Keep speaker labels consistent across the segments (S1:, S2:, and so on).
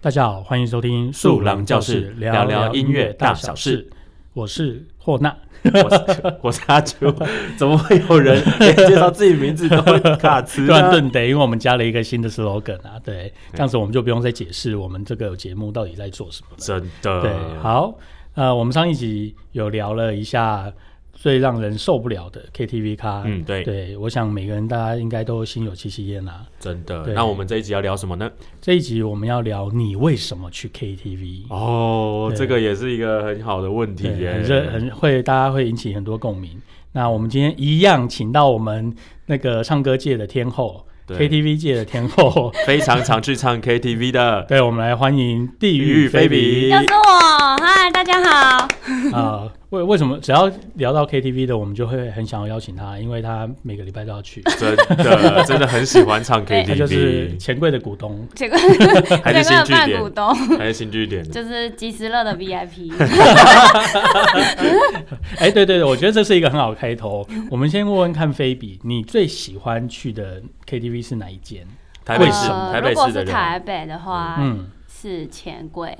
S1: 大家好，欢迎收听
S2: 树狼教室聊聊音乐大小事，
S1: 我是霍纳。
S2: 我是我是阿秋，怎么会 有人连介绍自己名字都会卡词
S1: 突然
S2: 呢？
S1: 顿得，因为我们加了一个新的 slogan 啊，对，这样子我们就不用再解释我们这个节目到底在做什么了。
S2: 真的，
S1: 对，好，呃，我们上一集有聊了一下最让人受不了的 KTV 咖，
S2: 嗯，对，
S1: 对，我想每个人大家应该都心有戚戚焉啦。
S2: 真的。
S1: 对
S2: 那我们这一集要聊什么呢？
S1: 这一集我们要聊你为什么去 KTV，、
S2: 哦，
S1: 对
S2: 这个也是一个很好的问题
S1: 对，
S2: 耶，
S1: 很热，很会，大家会引起很多共鸣。那我们今天一样请到我们那个唱歌界的天后
S2: 对
S1: ，KTV 界的天后，
S2: 非常常去唱 KTV 的。
S1: 对，我们来欢迎地
S2: 地
S1: 狱
S2: 狱菲
S1: 菲
S2: 比
S1: 比
S3: 又是我，嗨，大家好。
S1: 啊。为为什么只要聊到 KTV 的，我们就会很想要邀请她，因为她每个礼拜都要去，
S2: 真的，真的很喜 欢唱
S3: 对
S1: 她就是
S2: KTV，
S1: 钱柜的股东。
S3: 这个
S2: 还是
S3: 这
S2: 新
S3: 个
S2: 据
S3: 半股
S2: 点，
S3: 东
S2: 还是新据点。
S3: 就是即时乐的 VIP，
S1: 哎、对对对，我觉得这是一个很好的开 头。我们先问问看菲比，你最喜欢去的 KTV 是哪一间？
S2: 台北市，
S3: 呃
S2: 台
S3: 如
S2: 北
S3: 果
S2: 市
S3: 是
S2: 的人，
S3: 台北的话，
S1: 嗯，
S3: 是钱柜，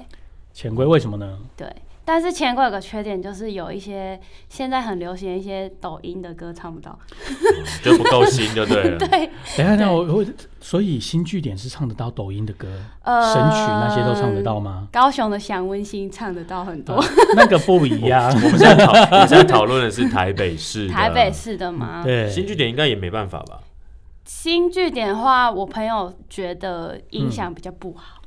S1: 钱柜为什么呢？
S3: 对。但是钱柜有个缺点，就是有一些现在很流行一些抖音的歌唱不到。
S2: 嗯就不够新，就对啊了。
S3: 对，
S1: 等一下，
S3: 对
S1: 那我我所以新据点是唱得到抖音的歌、
S3: 呃，
S1: 神曲那些都唱得到。 吗？
S3: 高雄的祥温馨唱得到很多
S1: 啊，那个不一样。
S2: 我们现在讨，我们现在讨论的是台北市的，嗯
S3: 台北市的 吗？
S1: 对，
S2: 新据点应该也没办法吧？
S3: 新据点的话，我朋友觉得音
S2: 嗯
S3: 响比较不好，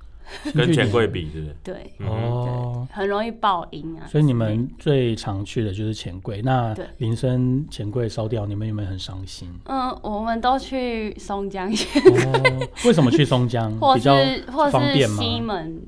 S1: 新
S2: 跟
S1: 据
S2: 钱
S1: 点
S2: 柜比，是不是？
S3: 对，
S2: 嗯
S1: 哦。
S3: 很容易爆音啊。
S1: 所以你们最常去的就是钱柜，那
S3: 对
S1: 林森钱柜烧掉，你们有没有很伤心？
S3: 嗯，我们都去松江县，
S1: 哦，为什么去松江
S3: 或
S1: 嗯比较
S3: 是或
S1: 方
S3: 是
S1: 便吗？嗯
S3: 西门，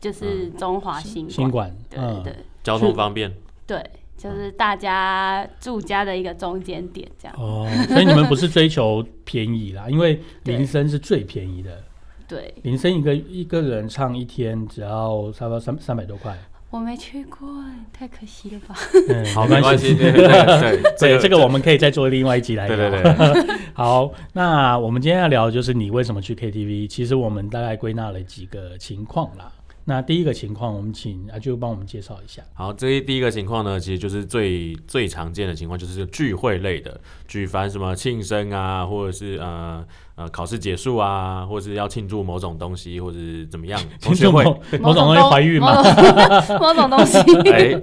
S3: 就是中华新
S1: 新
S3: 馆，
S1: 馆，
S3: 对
S1: 嗯，
S3: 对
S2: 交通方便，
S3: 对，就是大家住家的一个中间点这样。
S1: 哦，所以你们不是追求便宜啦，因为林森是最便宜的，
S3: 对，
S1: 林森一个一个人唱一天只要差不多三三百多块，
S3: 我没去过，太可惜了吧？
S1: 嗯，
S2: 好，没关系，对对 对，对
S1: 对，这个我们可以再做另外一集来
S2: 对
S1: 聊。
S2: 对 对，
S1: 好，那我们今天要聊的就是你为什么去 KTV。其实我们大概归纳了几个情况啦。那第一个情况，我们请阿就帮我们介绍一下。
S2: 好，这一第一个情况呢，其实就是最最常见的情况，就是聚会类的，举凡什么庆生啊，或者是呃呃考试结束啊，或者是要庆祝某种东西，或者是怎么样，同学会，
S1: 某 某种东西怀孕嘛？
S3: 某种 某种 东西，
S2: 哎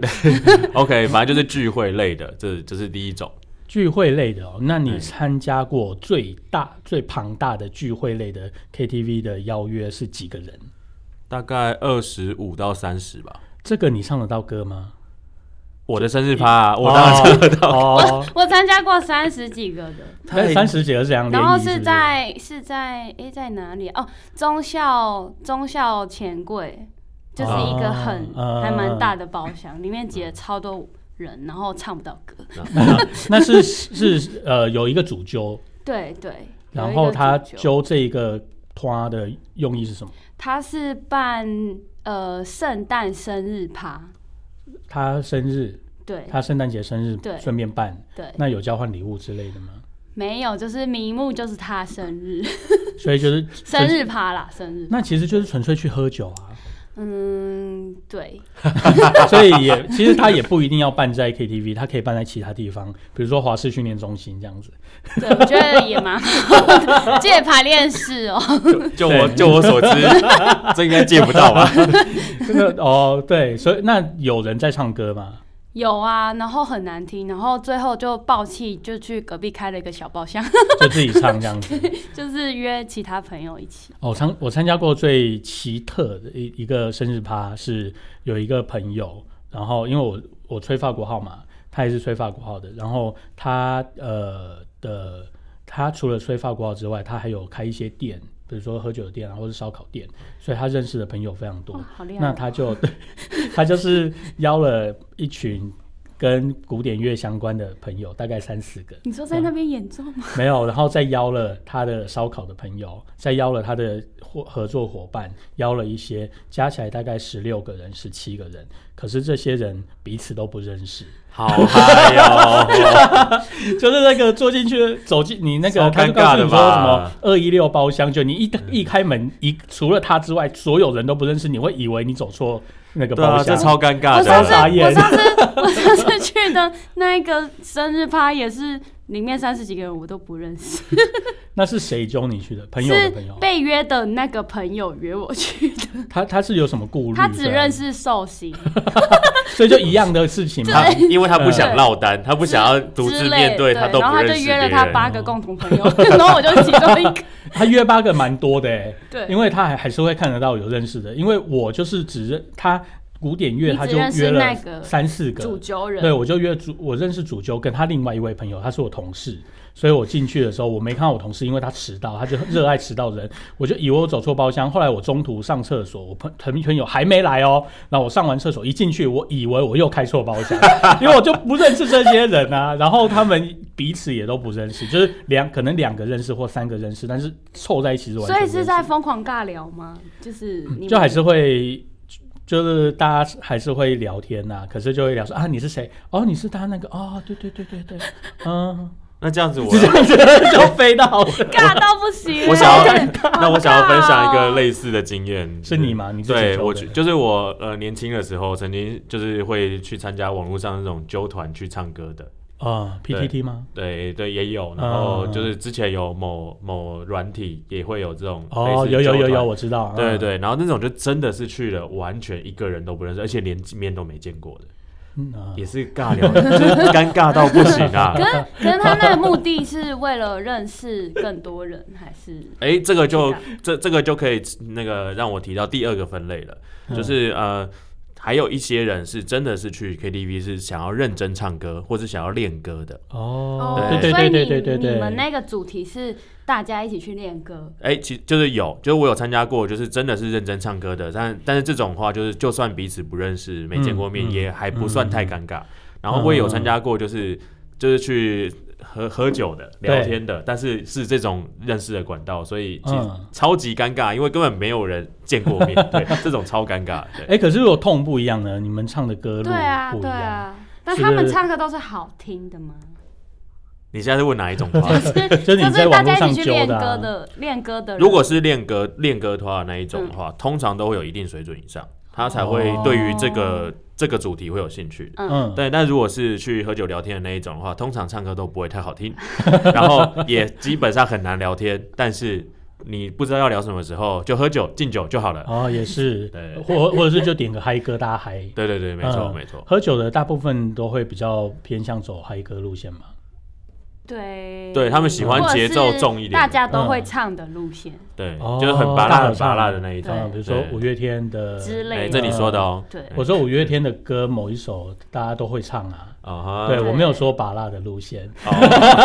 S2: ，OK，反正就是聚会类的，这这是第一种。
S1: 聚会类的哦，那你
S2: 对
S1: 参加过最大、最庞大的聚会类的 KTV 的邀约是几个人？
S2: 大概二十五到三十吧。
S1: 这个你唱得到歌吗？
S2: 我的生日趴、啊，我当然唱得到。
S1: 哦，
S3: 我参加过三十几个的，
S1: 那三十几个是两联
S3: 然后
S1: 谊是不是
S3: 在是在诶在哪里啊？哦，中校中校钱柜，就是一个很、
S1: 哦
S3: 还
S1: 嗯
S3: 蛮大的包厢，里面挤了超多人，然后唱不到歌。
S1: 那是是呃有一个主 揪，
S3: 对对。有
S1: 然
S3: 一
S1: 后
S3: 个
S1: 他
S3: 主角
S1: 揪这一个团的用意是什么？
S3: 他是办呃圣诞生日趴，
S1: 他生日，
S3: 对
S1: 他圣诞节生日
S3: 对
S1: 顺便办，
S3: 对，
S1: 那有交换礼物之类的吗？
S3: 没有，就是名目就是他生日
S1: 所以就是
S3: 生，日趴啦，生日。
S1: 那其实就是纯粹去喝酒啊，
S3: 嗯，对，
S1: 所以也其实他也不一定要办在 KTV，他可以办在其他地方，比如说华视训练中心这样子。
S3: 对，我觉得也蛮好 的， 借排练室哦。
S2: 就就我就我所知，这应该借不到吧？
S1: 这个哦，对，所以那有人在唱歌吗？
S3: 有啊，然后很难听，然后最后就爆气，就去隔壁开了一个小包厢，
S1: 就自己唱这样子。
S3: 就是约其他朋友一起。
S1: 哦，参我参加过最奇特的一一个生日趴是有一个朋友，然后因为我我吹法国号嘛，他也是吹法国号的，然后他呃的他除了吹法国号之外，他还有开一些店，比如说喝酒的店啊，或是烧烤店，所以他认识的朋友非常多
S3: 哇。，好厉害
S1: 那
S3: 哦！
S1: 他就他就是邀了一群跟古典乐相关的朋友，大概三四个，
S3: 你说在那边演奏吗？
S1: 没有，然后再邀了他的烧烤的朋友，再邀了他的伙合作伙伴，邀了一些，加起来大概十六个人、十七个人。可是这些人彼此都不认 识，
S2: 好嗨哦啊哟！
S1: 就是那个坐进去走进你那
S2: 超
S1: 个，他就
S2: 尴尬
S1: 告诉
S2: 的
S1: 你说什
S2: 吧
S1: 么二一六包厢，就你一一开门，一除了他之外，所有人都不认识，你会以为你走错那个
S2: 对
S1: 包
S2: 啊，
S1: 厢。
S2: 这超尴
S3: 我
S2: 尬
S3: 上
S1: 超
S3: 次
S1: 傻
S2: 的。
S1: 眼
S3: 我上次我上次去的那一个生日趴也是，里面三十几个人我都不认识，
S1: 那是谁揪你去的？朋友的
S3: 是
S1: 朋友，
S3: 被约的那个朋友约我去的，
S1: 他他是有什么顾虑？
S3: 他只
S1: 是吧
S3: 认，识寿星，
S1: 所以就一样的事情嘛
S2: 他。因为他不想落单，他不想要独
S3: 之
S2: 自
S3: 类
S2: 面对，
S3: 对
S2: 他都
S3: 然
S2: 不
S3: 后他
S2: 认
S3: 就
S2: 识
S3: 约
S2: 别
S3: 了他
S2: 人。
S1: 班
S3: 八个共同朋友， 然后我就其中一个，
S1: 他约八个蛮多的、欸，
S3: 对，
S1: 因为他还还是会看得到有认识的。因为我就是只认他古典乐，
S3: 你
S1: 他
S3: 只
S1: 就
S3: 认识
S1: 约
S3: 那
S1: 了
S3: 个
S1: 三四
S3: 主
S1: 个。
S3: 揪人
S1: 对，我就约主，我认识主揪跟他另外一位朋友，他是我同事，所以我进去的时候我没看到我同事，因为他迟到，他就热爱迟到的人， 我就以为我走错包厢。后来我中途上厕所，我朋朋朋友还没来哦，然后我上完厕所一进去，我以为我又开错包厢， 因为我就不认识这些人啊，然后他们彼此也都不认识，就是两可能两个认识或三个认识，但是凑在一起是完全
S3: 所
S1: 不
S3: 以
S1: 认识。
S3: 是在疯狂尬聊吗？就是 你们
S1: 就还是会，就是大家还是会聊天呐、可是就会聊说啊，你是谁？哦，你是他那个哦，对对对 对对，嗯，
S2: 那这样子我，
S1: 就这样子就飞到了。
S3: 尬到不行。
S2: 我想
S3: 好
S2: 要
S3: 尴，哦
S2: 那我想要分享一
S3: 尬
S2: 个
S3: 哦
S2: 类似的经验，
S1: 是你吗？你自己
S2: 对，
S1: 揪
S2: 我
S1: 的
S2: 觉就是我呃年轻的时候，曾经就是会去参加网络上那种纠团去唱歌的，
S1: 啊，PTT 吗？
S2: 对对也有，然后就是之前有某某软体也会有这种类
S1: 哦，
S2: 似
S1: 有有
S2: 纠
S1: 有
S2: 团
S1: 有，我知道。
S2: 对
S1: 嗯，
S2: 对，然后那种就真的是去了完全一个人都不认识，而且连面都没见过的，
S1: 嗯啊
S2: 也是尬聊， 就是尴尬到不行啊
S3: 可。是，可是他那个目的是为了认识更多人，还是
S2: 哎，这个就是这这个就可以那个让我提到第二个分类了，就是呃，还有一些人是真的是去 KTV 是想要认真唱歌，或是想要练歌的。
S1: 哦，
S2: 对
S1: 对对对对对
S3: 所以你你
S1: 对，
S3: 们那个主题是大家一起去练歌，
S2: 哎、其就是有，就是我有参加过，就是真的是认真唱歌的，但但是这种话就是，就算彼此不认识、没见过面，
S1: 嗯
S2: 也还不算太尴尬。然后我也有参加过，就是、就是去喝喝酒的、
S1: 对
S2: 聊天的，但是是这种认识的管道，所以其实
S1: 嗯
S2: 超级尴尬，因为根本没有人见过面，对，这种超尴尬。对，
S1: 哎，可是如果痛不一样呢？你们唱的歌路
S3: 对啊，
S1: 不一
S3: 对
S1: 样，
S3: 啊。但
S1: 是
S3: 他们唱歌都是好听 的吗？
S2: 你现在是问哪一种话？
S3: 是
S1: 就是你在
S3: 是大
S1: 网络
S3: 家一
S1: 上
S3: 起去
S1: 揪
S3: 练
S1: 的
S3: 歌
S1: 啊。
S3: 的，练歌的人。
S2: 如果是练歌练歌的话，那一种的话，通常都会有一定水准以上，他才会
S1: 哦
S2: 对于这个、这个主题会有兴趣。
S1: 嗯，
S2: 对，但如果是去喝酒聊天的那一种的话，通常唱歌都不会太好 听，然后也基本上很难聊天。但是你不知道要聊什么时候，就喝酒敬酒就好了。
S1: 哦，也是
S2: 对，
S1: 或或者是就点个嗨歌，大家嗨。
S2: 对对对，没错、
S1: 嗯
S2: 没错。
S1: 喝酒的大部分都会比较偏向走嗨歌路线嘛。
S3: 对，
S2: 对他们喜欢节奏重一点的嗯
S3: 或者是大家都会唱的路线
S2: 对，
S1: 哦
S2: 就是很拔
S1: 大
S2: 辣
S1: 合
S2: 很拔辣
S1: 唱
S2: 的那一种。
S1: 啊，比如说
S2: 对
S1: 五月天的，
S3: 之
S2: 哎、
S3: 类
S2: 这
S3: 的。
S2: 你说的哦。
S3: 对，
S1: 我说五月天的歌某一首大家都会唱啊。
S2: 啊哈，
S1: 对
S3: 对
S1: 我没有说拔辣的路线，
S2: 哦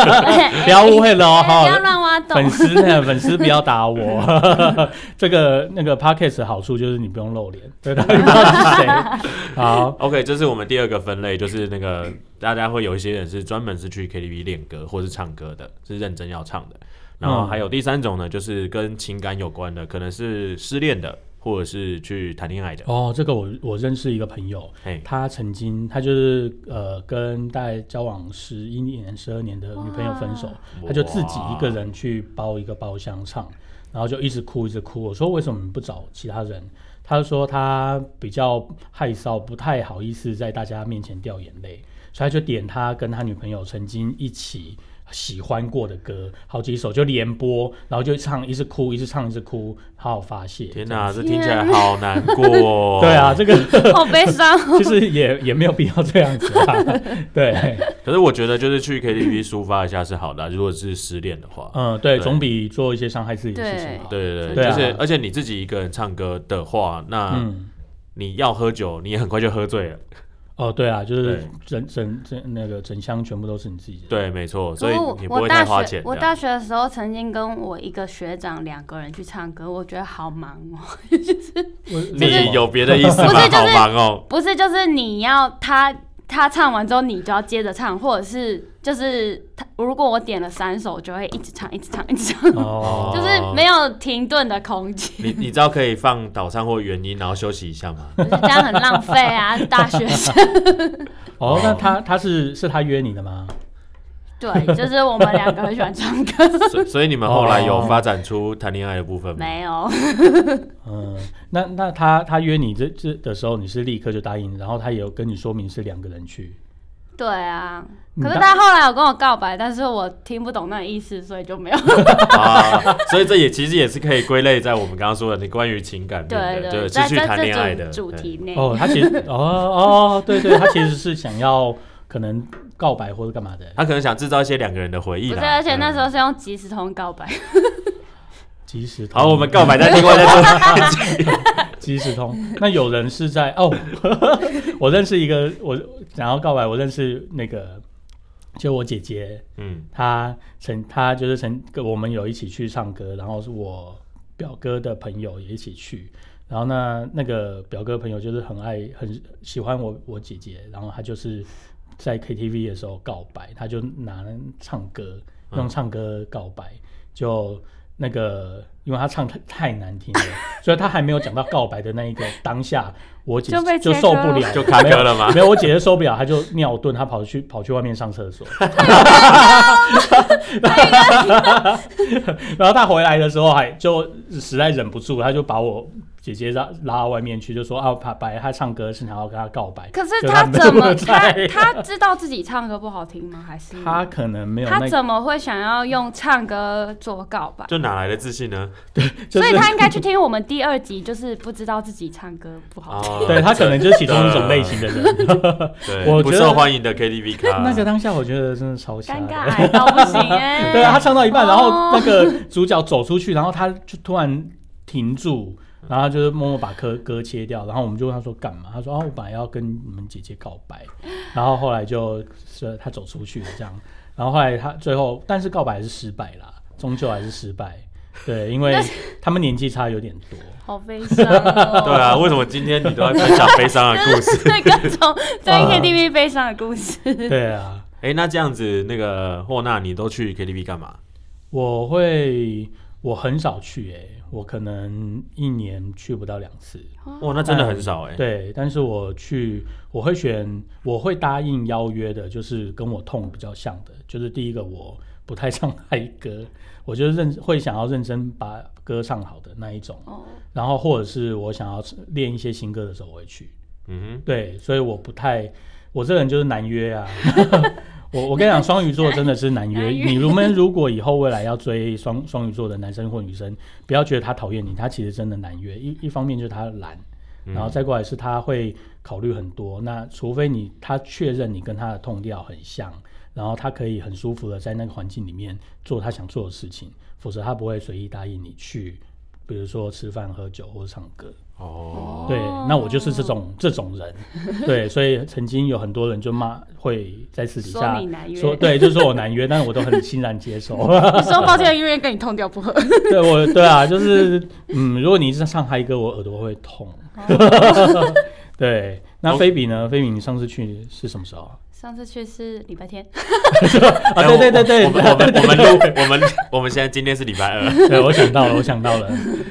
S1: 不要误会了哦，
S3: 哎不要
S1: 哈。
S3: 乱挖洞
S1: 粉。 丝 粉丝不要打我， 这个那个 podcast 的好处就是你不用露脸，对，大家不知道是谁。好，
S2: OK，这是我们第二个分类，就是那个大家会有一些人是专门是去 KTV 练歌或是唱歌的，是认真要唱的。然后
S1: 嗯
S2: 还有第三种呢，就是跟情感有关的，可能是失恋的，或者是去谈恋爱的。
S1: 哦，这个我我认识一个朋友，
S2: 嘿，
S1: 他曾经他就是呃跟大概交往十一年、十二年的女朋友分手
S3: 哇，
S1: 他就自己一个人去包一个包厢唱，然后就一直哭一直哭。我说为什么你不找其他人？他就说他比较害臊，不太好意思在大家面前掉眼泪，所以他就点他跟他女朋友曾经一起。喜欢过的歌好几首就连播，然后就唱，一直哭，一直唱，一直哭，好好发泄。
S2: 天
S1: 这样
S2: 哪，这
S3: 天
S2: 听起来好难过、哦
S1: 对啊，，这个
S3: 好悲伤。
S1: 其实也也没有必要这样子啊。对，
S2: 可是我觉得就是去 KTV 抒发一下是好的啊、如果是失恋的话。
S1: 嗯，对，
S2: 对
S1: 总比做一些伤害自己的事情好。
S2: 对对对，
S1: 对啊
S2: 就是而且你自己一个人唱歌的话，那
S1: 嗯，
S2: 你要喝酒，你也很快就喝醉了。
S1: 哦，对啊，就是整整整那个整箱全部都是你自己的。
S2: 对，没错，所
S3: 可
S2: 以
S3: 是我
S2: 你不
S3: 我
S2: 会
S3: 大
S2: 太花钱。
S3: 学我
S2: 这样
S3: 大学的时候曾经跟我一个学长两个人去唱歌，我觉得好忙哦。
S1: 为，为什么
S2: 你有别的意思
S3: 不
S2: 吗
S3: 是？就是
S2: 好忙哦。
S3: 不是，就是你要他他唱完之后你就要接着唱，或者是就是他如果我点了三首，我就会一直唱一直唱一直唱，
S1: 哦，
S3: 就是没有停顿的空间。
S2: 你你知道可以放岛上或原因，然后休息一下吗？
S3: 就是这样很浪费啊，大学生。
S1: 哦，那他他是是他约你的吗？
S3: 对，就是我们两个很喜欢唱歌。
S2: 所 所以你们后来有发展出谈恋爱的部分吗？
S3: 没有，
S1: 嗯，那那他他约你这这的时候，你是立刻就答应，然后他也有跟你说明是两个人去。
S3: 对啊。
S1: 你
S3: 可是
S1: 嗯当
S3: 他后来有跟我告白，但是我听不懂那意思，所以就没有。
S2: 啊，所以这也其实也是可以归类在我们刚刚说的，你关于情感面
S3: 对
S2: 的，
S3: 对，
S2: 就是
S3: 在
S2: 去谈恋爱
S3: 在这
S2: 的
S3: 种主
S2: 对
S3: 题内，
S1: 哦，他其 实哦哦，对对，他其实是想要可能告白或者干嘛的，
S2: 他可能想制造一些两个人的回忆
S3: 不是，
S2: 啦。嗯
S3: 而且
S1: 嗯
S3: 那时
S2: 候，
S3: 候是用即时通告白。
S1: 即时通。
S2: 好，我们告白在另外再说。
S1: 即时通。那有人是在哦， 我认识一个，我想要告白，我认识那个，就我姐姐，
S2: 嗯，
S1: 她曾她就是曾跟我们有一起去唱歌，然后是我表哥的朋友也一起去。然后呢，那个表哥朋友就是很爱很喜欢我我姐姐，然后他就是在 KTV 的时候告白，他就拿唱歌
S2: 嗯
S1: 用唱歌告白，就那个因为他唱太太难听了，所以他还没有讲到告白的那一个当下，我姐
S3: 就被
S1: 就
S3: 切
S1: 受
S3: 割
S1: 不
S3: 了
S1: 了，
S2: 就卡
S1: 没有
S2: 歌了吗？
S1: 没有，我姐姐受不了，她就尿遁，她跑去跑去外面上厕 所。 然后她回来的时候还就实在忍不住，她就把我姐姐拉拉到外面去，就说啊，她本来她唱歌是想要跟她告白，
S3: 可是
S1: 就
S3: 他
S1: 没
S3: 怎么他
S1: 在？
S3: 他知道自己唱歌不好听吗？还是
S1: 她可能没有
S3: 他
S1: 那个，
S3: 怎么会想要用唱歌做告白？
S2: 就哪来的自信呢？
S1: 就
S3: 所以
S1: 是
S3: 他应该去听我们第二集，就是不知道自己唱歌不好听。
S2: 哦，
S1: 对她可能就是其中一种类型的人。
S2: 对
S1: 我
S2: 不
S1: 觉得
S2: 受欢迎的 KTV 咖，
S1: 那个当下我觉得真的超瞎
S3: 尴
S1: 的
S3: 尬癌到不行哎、
S1: 对啊，他唱到一半，然后
S3: 哦
S1: 那个主角走出去，然后他就突然停住，然后他就是默默把歌歌切掉，然后我们就问他说干嘛？他说啊，我本来要跟你们姐姐告白，然后后来就是他走出去了这样，然后后来他最后，但是告白还是失败啦，终究还是失败。对，因为 他们年纪差有点多，
S3: 好悲伤哦。
S2: 对啊，为什么今天你都在分享悲伤的故事？
S3: 对各 种
S1: 哦
S3: 在 KTV 悲伤的故事。
S1: 对啊，
S2: 哎，那这样子，那个霍娜，你都去 KTV 干嘛？
S1: 我会我很少去诶、欸我可能一年去不到两次，
S3: 哦
S2: 哇，那真的很少哎。
S1: 对，但是我去，我会选，我会答应邀约的，就是跟我痛比较像的，就是第一个我不太唱嗨歌， 我就是认会想要认真把歌唱好的那一种，
S3: 哦，
S1: 然后或者是我想要练一些新歌的时候我会去，
S2: 嗯
S1: 对，所以我不太，我这个人就是难约啊。我我跟你讲，双鱼座真的是难约。
S3: 难约
S1: 你如们如果以后未来要追双双鱼座的男生或女生，不要觉得他讨厌你，他其实真的难约。一一方面就是他懒，
S2: 嗯
S1: 然后再过来是他会考虑很多。那除非你他确认你跟他的痛调很像，然后他可以很舒服的在那个环境里面做他想做的事情，否则他不会随意答应你去，比如说吃饭、喝酒或者唱歌。
S2: 哼，哦，
S1: 对，那我就是这
S3: 哦
S1: 种这种人，对，所以曾经有很多人就骂，会在私底
S3: 说
S1: 下
S3: 你难约，
S1: 说，对，就说我难约，但是我都很欣然接受。
S3: 你说抱歉，因为跟你痛掉不合。
S1: 对我，对啊，就是嗯，如果你是唱嗨歌，我耳朵会痛。
S3: 哦
S1: 对，那
S2: 哦
S1: 菲比呢？菲比，你上次去是什么时候啊？
S3: 上次去是礼拜天，
S1: 啊，对对对对，
S2: 哎我们我们我们录我们 我们现在今天是礼拜二，
S1: 对，我想到了，我想到了。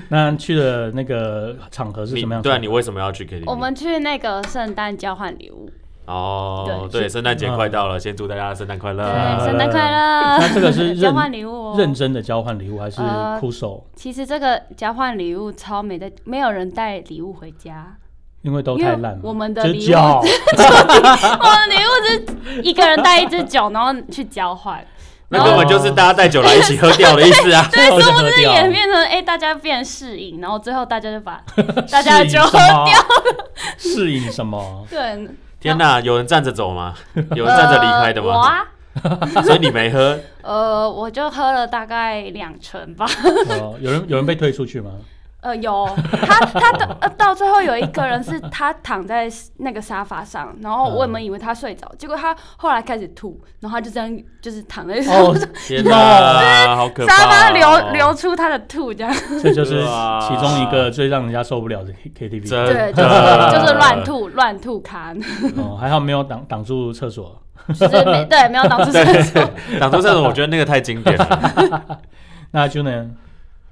S1: 那去的那个场合是
S2: 你
S1: 什么样的
S2: 对啊，
S1: 场合？
S2: 你为什么要去 KTV？
S3: 我们去那个圣诞交换礼物，
S2: 哦，
S1: 对
S2: 对，圣诞节
S1: 嗯
S2: 快到了，先祝大家圣诞快
S3: 对，
S1: 啊
S2: 乐。
S3: 圣诞快
S1: 那
S3: 乐。
S1: 这个是
S3: 交
S1: 认
S3: 换礼物哦，
S1: 认真的交换礼物还是
S3: 呃
S1: 酷手？
S3: 其实这个交换礼物超美的，没有人带礼物回家，
S1: 因为都
S3: 因
S1: 太
S3: 为
S1: 烂了，
S3: 我们的
S1: 只
S3: 礼物
S1: 脚
S3: 我的礼物是一个人带一支酒，然后去交换，
S2: 那根本就是大家带酒来一起喝掉的意思 啊！
S1: 对，
S3: 对，
S1: 是
S3: 殊
S1: 不
S3: 不
S1: 是
S3: 知也变成哎、大家变适应，然后最后大家就 把大家的酒喝
S1: 掉？适应什么？
S3: 对，
S2: 天哪，有人站着走吗？有人站着离开的
S3: 呃我
S2: 吗？
S3: 啊，
S2: 所以你没喝，
S3: 呃，我就喝了大概两成吧，
S1: 哦有人有人被推出去吗？
S3: 呃，有他他到呃到最后有一个人是他躺在那个沙发上，然后我
S1: 嗯
S3: 们以为他睡着，结果他后来开始吐，然后他就这样就是躺在沙
S1: 哦，
S2: 天哪，好可怕！哦
S3: 发流流，出他的吐这样，
S1: 这就是
S2: 哇
S1: 其中一个最让人家受不了的 K T V。
S2: 真
S3: 对，
S2: 的
S3: 就是就是乱。吐乱吐痰，
S1: 哦，还好没有挡挡住厕所。
S3: 就是没对没有导致厕所。
S2: 挡住这种，我觉得那个太经典了。
S1: 那就呢？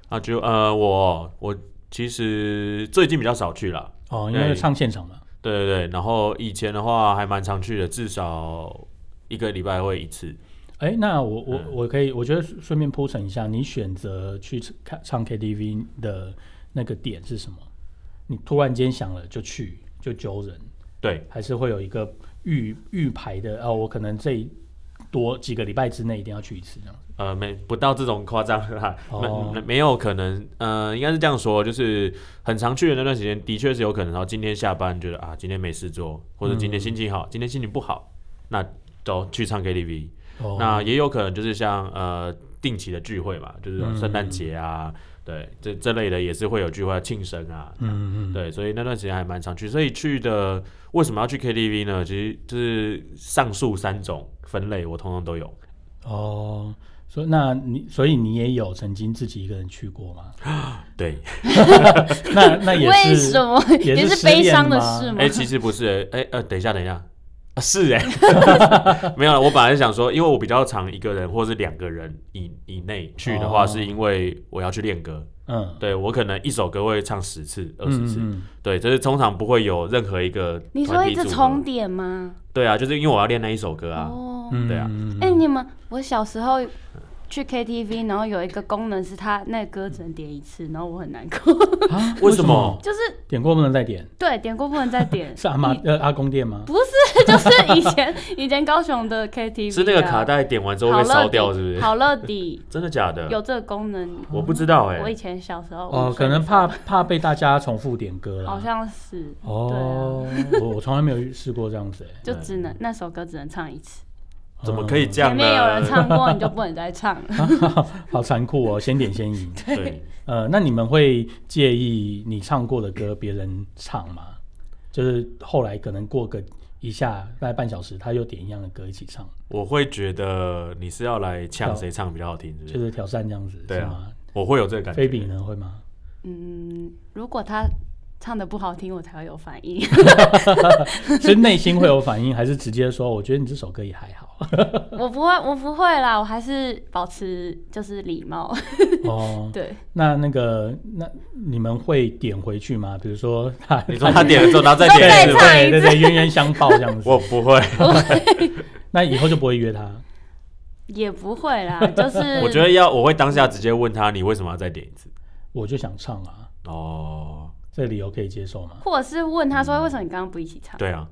S2: 啊，就呃，我我其实最近比较少去了，
S1: 哦，因为
S2: 对
S1: 唱现场嘛。
S2: 对对对。然后以前的话还蛮常去的，至少一个礼拜会一次。
S1: 哎，那我我
S2: 嗯
S1: 我可以，我觉得顺顺便铺陈一下，你选择去看唱 K T V 的那个点是什么？你突然间想了就去就揪人，
S2: 对，
S1: 还是会有一个预预排的？哦，我可能这一多几个礼拜之内一定要去一次这样子。
S2: 呃，没不到这种夸张啦，
S1: 哦
S2: 没没有可能，呃，应该是这样说，就是很常去的那段时间，的确是有可能，然后今天下班觉得啊，今天没事做，或者今天心情好，今天心情不好，那都去唱 KTV，、
S1: 哦
S2: 那也有可能就是像呃定期的聚会嘛，就是
S1: 嗯
S2: 圣诞节啊，对，这这类的也是会有聚会庆生啊，
S1: 嗯嗯嗯，
S2: 对，所以那段时间还蛮常去，所以去的为什么要去 KTV 呢？其实就是上述三种分类，我通通都有。
S1: 哦，所以那你所以你也有曾经自己一个人去过吗？
S2: 对，
S1: 那那也
S3: 为
S1: 是
S3: 什么
S1: 也是
S3: 也
S1: 失
S3: 悲
S1: 恋
S3: 伤的
S1: 吗
S3: 事吗
S2: 哎、？其实不是、哎、呃，等一下，等一下，啊、是哎、 没有了。我本来是想说，因为我比较常一个人或是两个人以以内去的
S1: 哦
S2: 话，是因为我要去练歌，
S1: 嗯
S2: 对我可能一首歌会唱十次、二十次，
S1: 嗯嗯
S2: 对，这是通常不会有任何一个
S3: 你说
S2: 团体
S3: 一直
S2: 组合
S3: 重点吗？
S2: 对啊，就是因为我要练那一首歌啊，
S3: 哦，
S1: 嗯
S2: 对啊
S1: 嗯
S3: 哎，你们我小时候。去 KTV，然后有一个功能是它那个歌只能点一次，然后我很难过，
S1: 啊
S2: 为什么
S3: 就是
S1: 点过不能再点？
S3: 对点过不能再 点，
S1: 是阿妈呃阿公店吗？
S3: 不是， 就是以前以前高雄的 KTV
S2: 是那个
S3: 啊
S2: 卡带点完之后
S3: 好
S2: 会
S3: 乐
S2: 烧
S3: 迪，
S2: 掉，是不嗯是？
S3: 好乐迪
S2: 真的假的？
S3: 有这个功能，
S2: 我不知道哎、
S3: 我以前小时候
S1: 哦，
S3: 五岁
S1: 可能
S3: 的时
S1: 怕
S3: 候
S1: 怕被大家重复点歌啦。
S3: 好像是
S1: 哦，我我从来没有试过这样子哎。
S3: 就只能那首歌只能唱一次，
S2: 怎么可以嗯这
S3: 前
S2: 样呢？
S3: 面有人唱过你就不能再唱 了。
S1: 好残酷哦，先点先赢。
S2: 对，
S1: 呃，那你们会介意你唱过的歌别人唱吗？就是后来可能过个一下大概半小时，他又点一样的歌一起唱，
S2: 我会觉得你是要来呛谁唱比较好听，是不是
S1: 就？是挑战这样子，
S2: 对
S1: 是
S2: 啊
S1: 吗？
S2: 我会有这个感觉。
S1: 菲比呢会吗？
S3: 嗯，如果他唱的不好听，我才会有反应。
S1: 是内心会有反应，还是直接说我觉得你这首歌也还 好？
S3: 我不会，我不会啦，我还是保持就是礼貌。
S2: 嗯
S1: 哦，
S3: 对，
S1: 那那个那你们会点回去吗？比如说他
S2: 你说他点 了之后，然后再
S3: 你说
S2: 点一次
S3: 再
S1: 对
S2: 吗，
S3: 唱一
S1: 对对对冤冤相报这样子，
S2: 我不会，
S1: 那以后就不会约他。
S3: 也不会啦，就是
S2: 我觉得要我会当下直接问他，你为什么要再点一次？
S1: 我就想唱啊，
S2: 哦，
S1: 这个理由可以接受吗？
S3: 或者是问他说为什么你刚刚不一起唱？
S2: 对啊，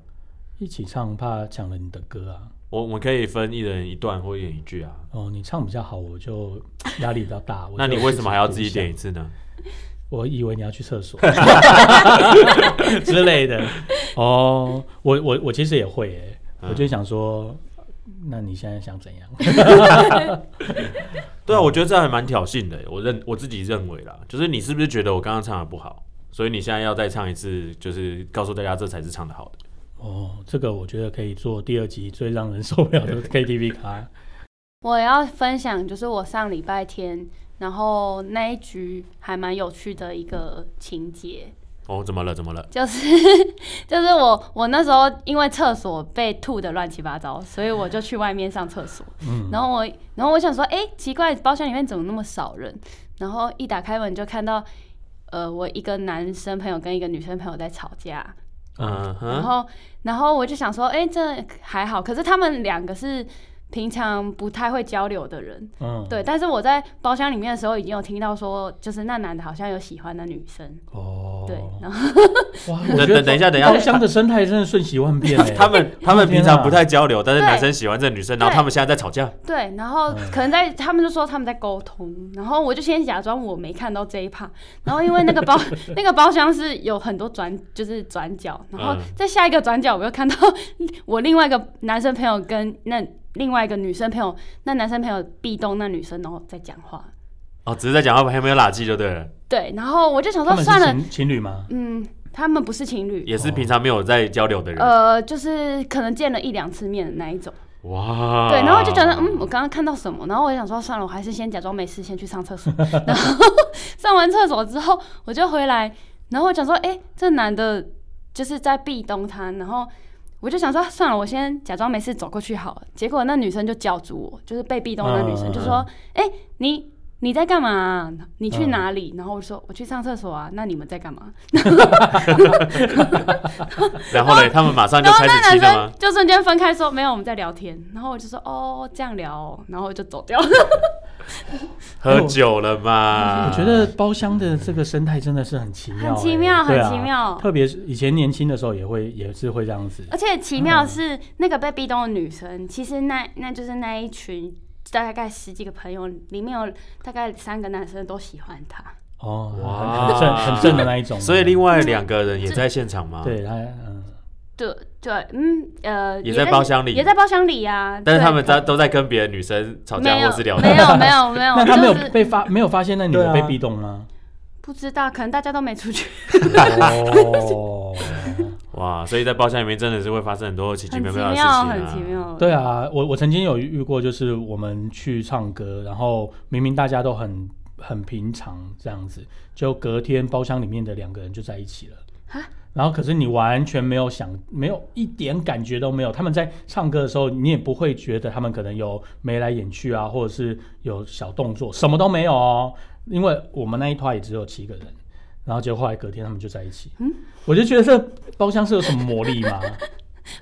S1: 一起唱怕抢了你的歌啊。
S2: 我我们可以分一人一段或一人一句啊。
S1: 哦，你唱比较好，我就压力比较 大。我
S2: 那你
S1: 就
S2: 为什么还要自己
S1: 想
S2: 点一？次呢？
S1: 我以为你要去厕 所之类的。哦，我我我其实也会诶、
S2: 嗯
S1: 我就想说，那你现在想怎样？
S2: 对啊，我觉得这还蛮挑衅的。欸我认我自己认为啦，就是你是不是觉得我刚刚唱的不好，所以你现在要再唱一次，就是告诉大家这才是唱的好的。
S1: 哦，这个我觉得可以做第二集最让人受不 了的 KTV 卡。
S3: 我要分享就是我上礼拜天，然后那一局还蛮有趣的一个情节，
S2: 哦，怎么了？怎么了？
S3: 就是 就是我我那时候因为厕所被吐的乱七八糟，所以我就去外面上厕所。
S1: 嗯，
S3: 然后我然后我想说，哎、奇怪，包厢里面怎么那么少人？然后一打开门就看到，呃，我一个男生朋友跟一个女生朋友在吵架。
S2: 嗯
S3: 然
S2: 哼，
S3: 后，然后我就想说，哎、这还好。可是他们两个是平常不太会交流的人，
S1: 嗯，
S3: 对。但是我在包厢里面的时候，已经有听到说，就是那男的好像有喜欢的女生，
S1: 哦，
S3: 对。然后
S1: 哇，我
S2: 等
S1: 觉得
S2: 等等一下，等一
S1: 包
S2: 下，
S1: 厢的生态真的瞬息万变诶、
S2: 他们他们平
S1: 天啊
S2: 常不太交流，但是
S3: 对
S2: 男生喜欢这女生，然后他们现在在吵架。
S3: 对，然后
S1: 嗯
S3: 可能在他们就说他们在沟通，然后我就先假装我没看到这一趴。然后因为那个 包那个包厢是有很多转，就是转角，然后
S2: 嗯
S3: 在下一个转角我又看到我另外一个男生朋友跟那另外一个女生朋友，那男生朋友壁咚那女生，然后在讲话。
S2: 哦，只是在讲话还没有垃圾就对了。
S3: 对，然后我就想
S1: 他
S3: 说
S1: 们
S3: 算
S1: 是
S3: 了，
S1: 情情侣吗？
S3: 嗯，他们不是情侣，
S2: 也是平常没有在交流的人。
S3: 呃，就是可能见了一两次面的那一种。
S2: 哇，
S3: 对，然后我就觉得，嗯，我刚刚看到什么，然后我就想说，算了，我还是先假装没事，先去上厕所。然后上完厕所之后，我就回来，然后我想说，哎、这男的就是在壁咚他，然后我就想说，算了，我先假装没事走过去好了。结果那女生就叫住我，就是被壁咚的女生就说，哎、你。你在干嘛啊、你去哪里？然后我就说我去上厕所啊。那你们在干嘛？
S2: 然后嘞，他们马上就
S3: 然后
S2: 开
S3: 哦那
S2: 始
S3: 嗯男
S2: 亲了
S3: 生
S2: 吗？
S3: 就瞬间分开说没有，我们在聊天。然后我就说哦，这样聊、哦，然后我就走掉了。
S2: 喝酒了嘛？
S1: 我觉得包厢的这个生态真的是很奇妙欸、
S3: 很奇妙
S1: 对
S3: 很奇妙
S1: 啊、特别是以前年轻的时候也会也是会这样子，
S3: 而且奇妙是，那个被壁咚的女生，其实那那就是那一群大概十几个朋友里面有大概三个男生都喜欢她。
S1: 哦，
S2: 哇
S1: 很很正很正的那一种。
S2: 所以另外两个人也在现场吗？，
S1: 对他嗯，
S3: 对对，嗯呃，
S2: 也在包厢里
S3: 也在包厢里呀、啊。
S2: 但是
S3: 对
S2: 他们在都在跟别的女生吵架
S3: 没有
S2: 或是聊
S3: 没
S2: 天。
S3: 有没有没有，
S1: 那他没有
S3: 就是
S1: 被发没有发现那女
S2: 对啊
S1: 的被壁咚吗？
S3: 不知道，可能大家都没出去，
S1: 哦，
S2: 哇，所以在包厢里面真的是会发生很多奇奇
S3: 很
S2: 妙
S3: 奇
S2: 妙的事情
S3: 妙，
S2: 啊！
S3: 很奇妙。
S1: 对啊，我我曾经有遇过，就是我们去唱歌，然后明明大家都很很平常这样子，就隔天包厢里面的两个人就在一起了
S3: 哈。
S1: 然后可是你完全没有想，没有一点感觉都没有。他们在唱歌的时候，你也不会觉得他们可能有眉来眼去啊，或者是有小动作，什么都没有哦。因为我们那一团也只有七个人，然后结果后来隔天他们就在一起。
S3: 嗯
S1: 我就觉得这包厢是有什么魔力吗？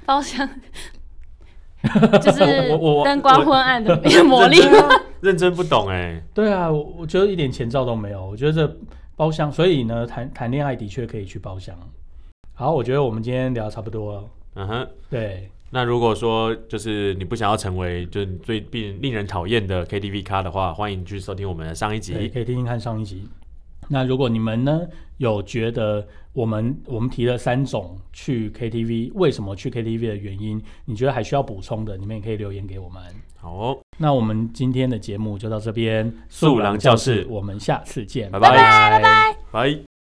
S3: 包厢 就是
S2: 我我我
S3: 灯光昏暗的 魔
S2: 认
S3: 力。
S2: 真 啊，认真不懂哎。
S1: 对啊，我我觉得一点前兆都没有。我觉得这包厢，所以呢，谈谈恋爱的确可以去包厢。好，我觉得我们今天聊得差不多了。
S2: 嗯哼，
S1: 对，
S2: 那如果说就是你不想要成为就是你最令令人讨厌的 KTV 咖的话，欢迎去收听我们的上一
S1: 对
S2: 集。
S1: 可以听听看上一集。那如果你们呢有觉得我们我们提了三种去 KTV 为什么去 KTV 的原因，你觉得还需要补充的，你们也可以留言给我们。
S2: 好哦，
S1: 那我们今天的节目就到这边，
S2: 素狼教室
S1: 我们下次见，
S2: 拜拜拜拜。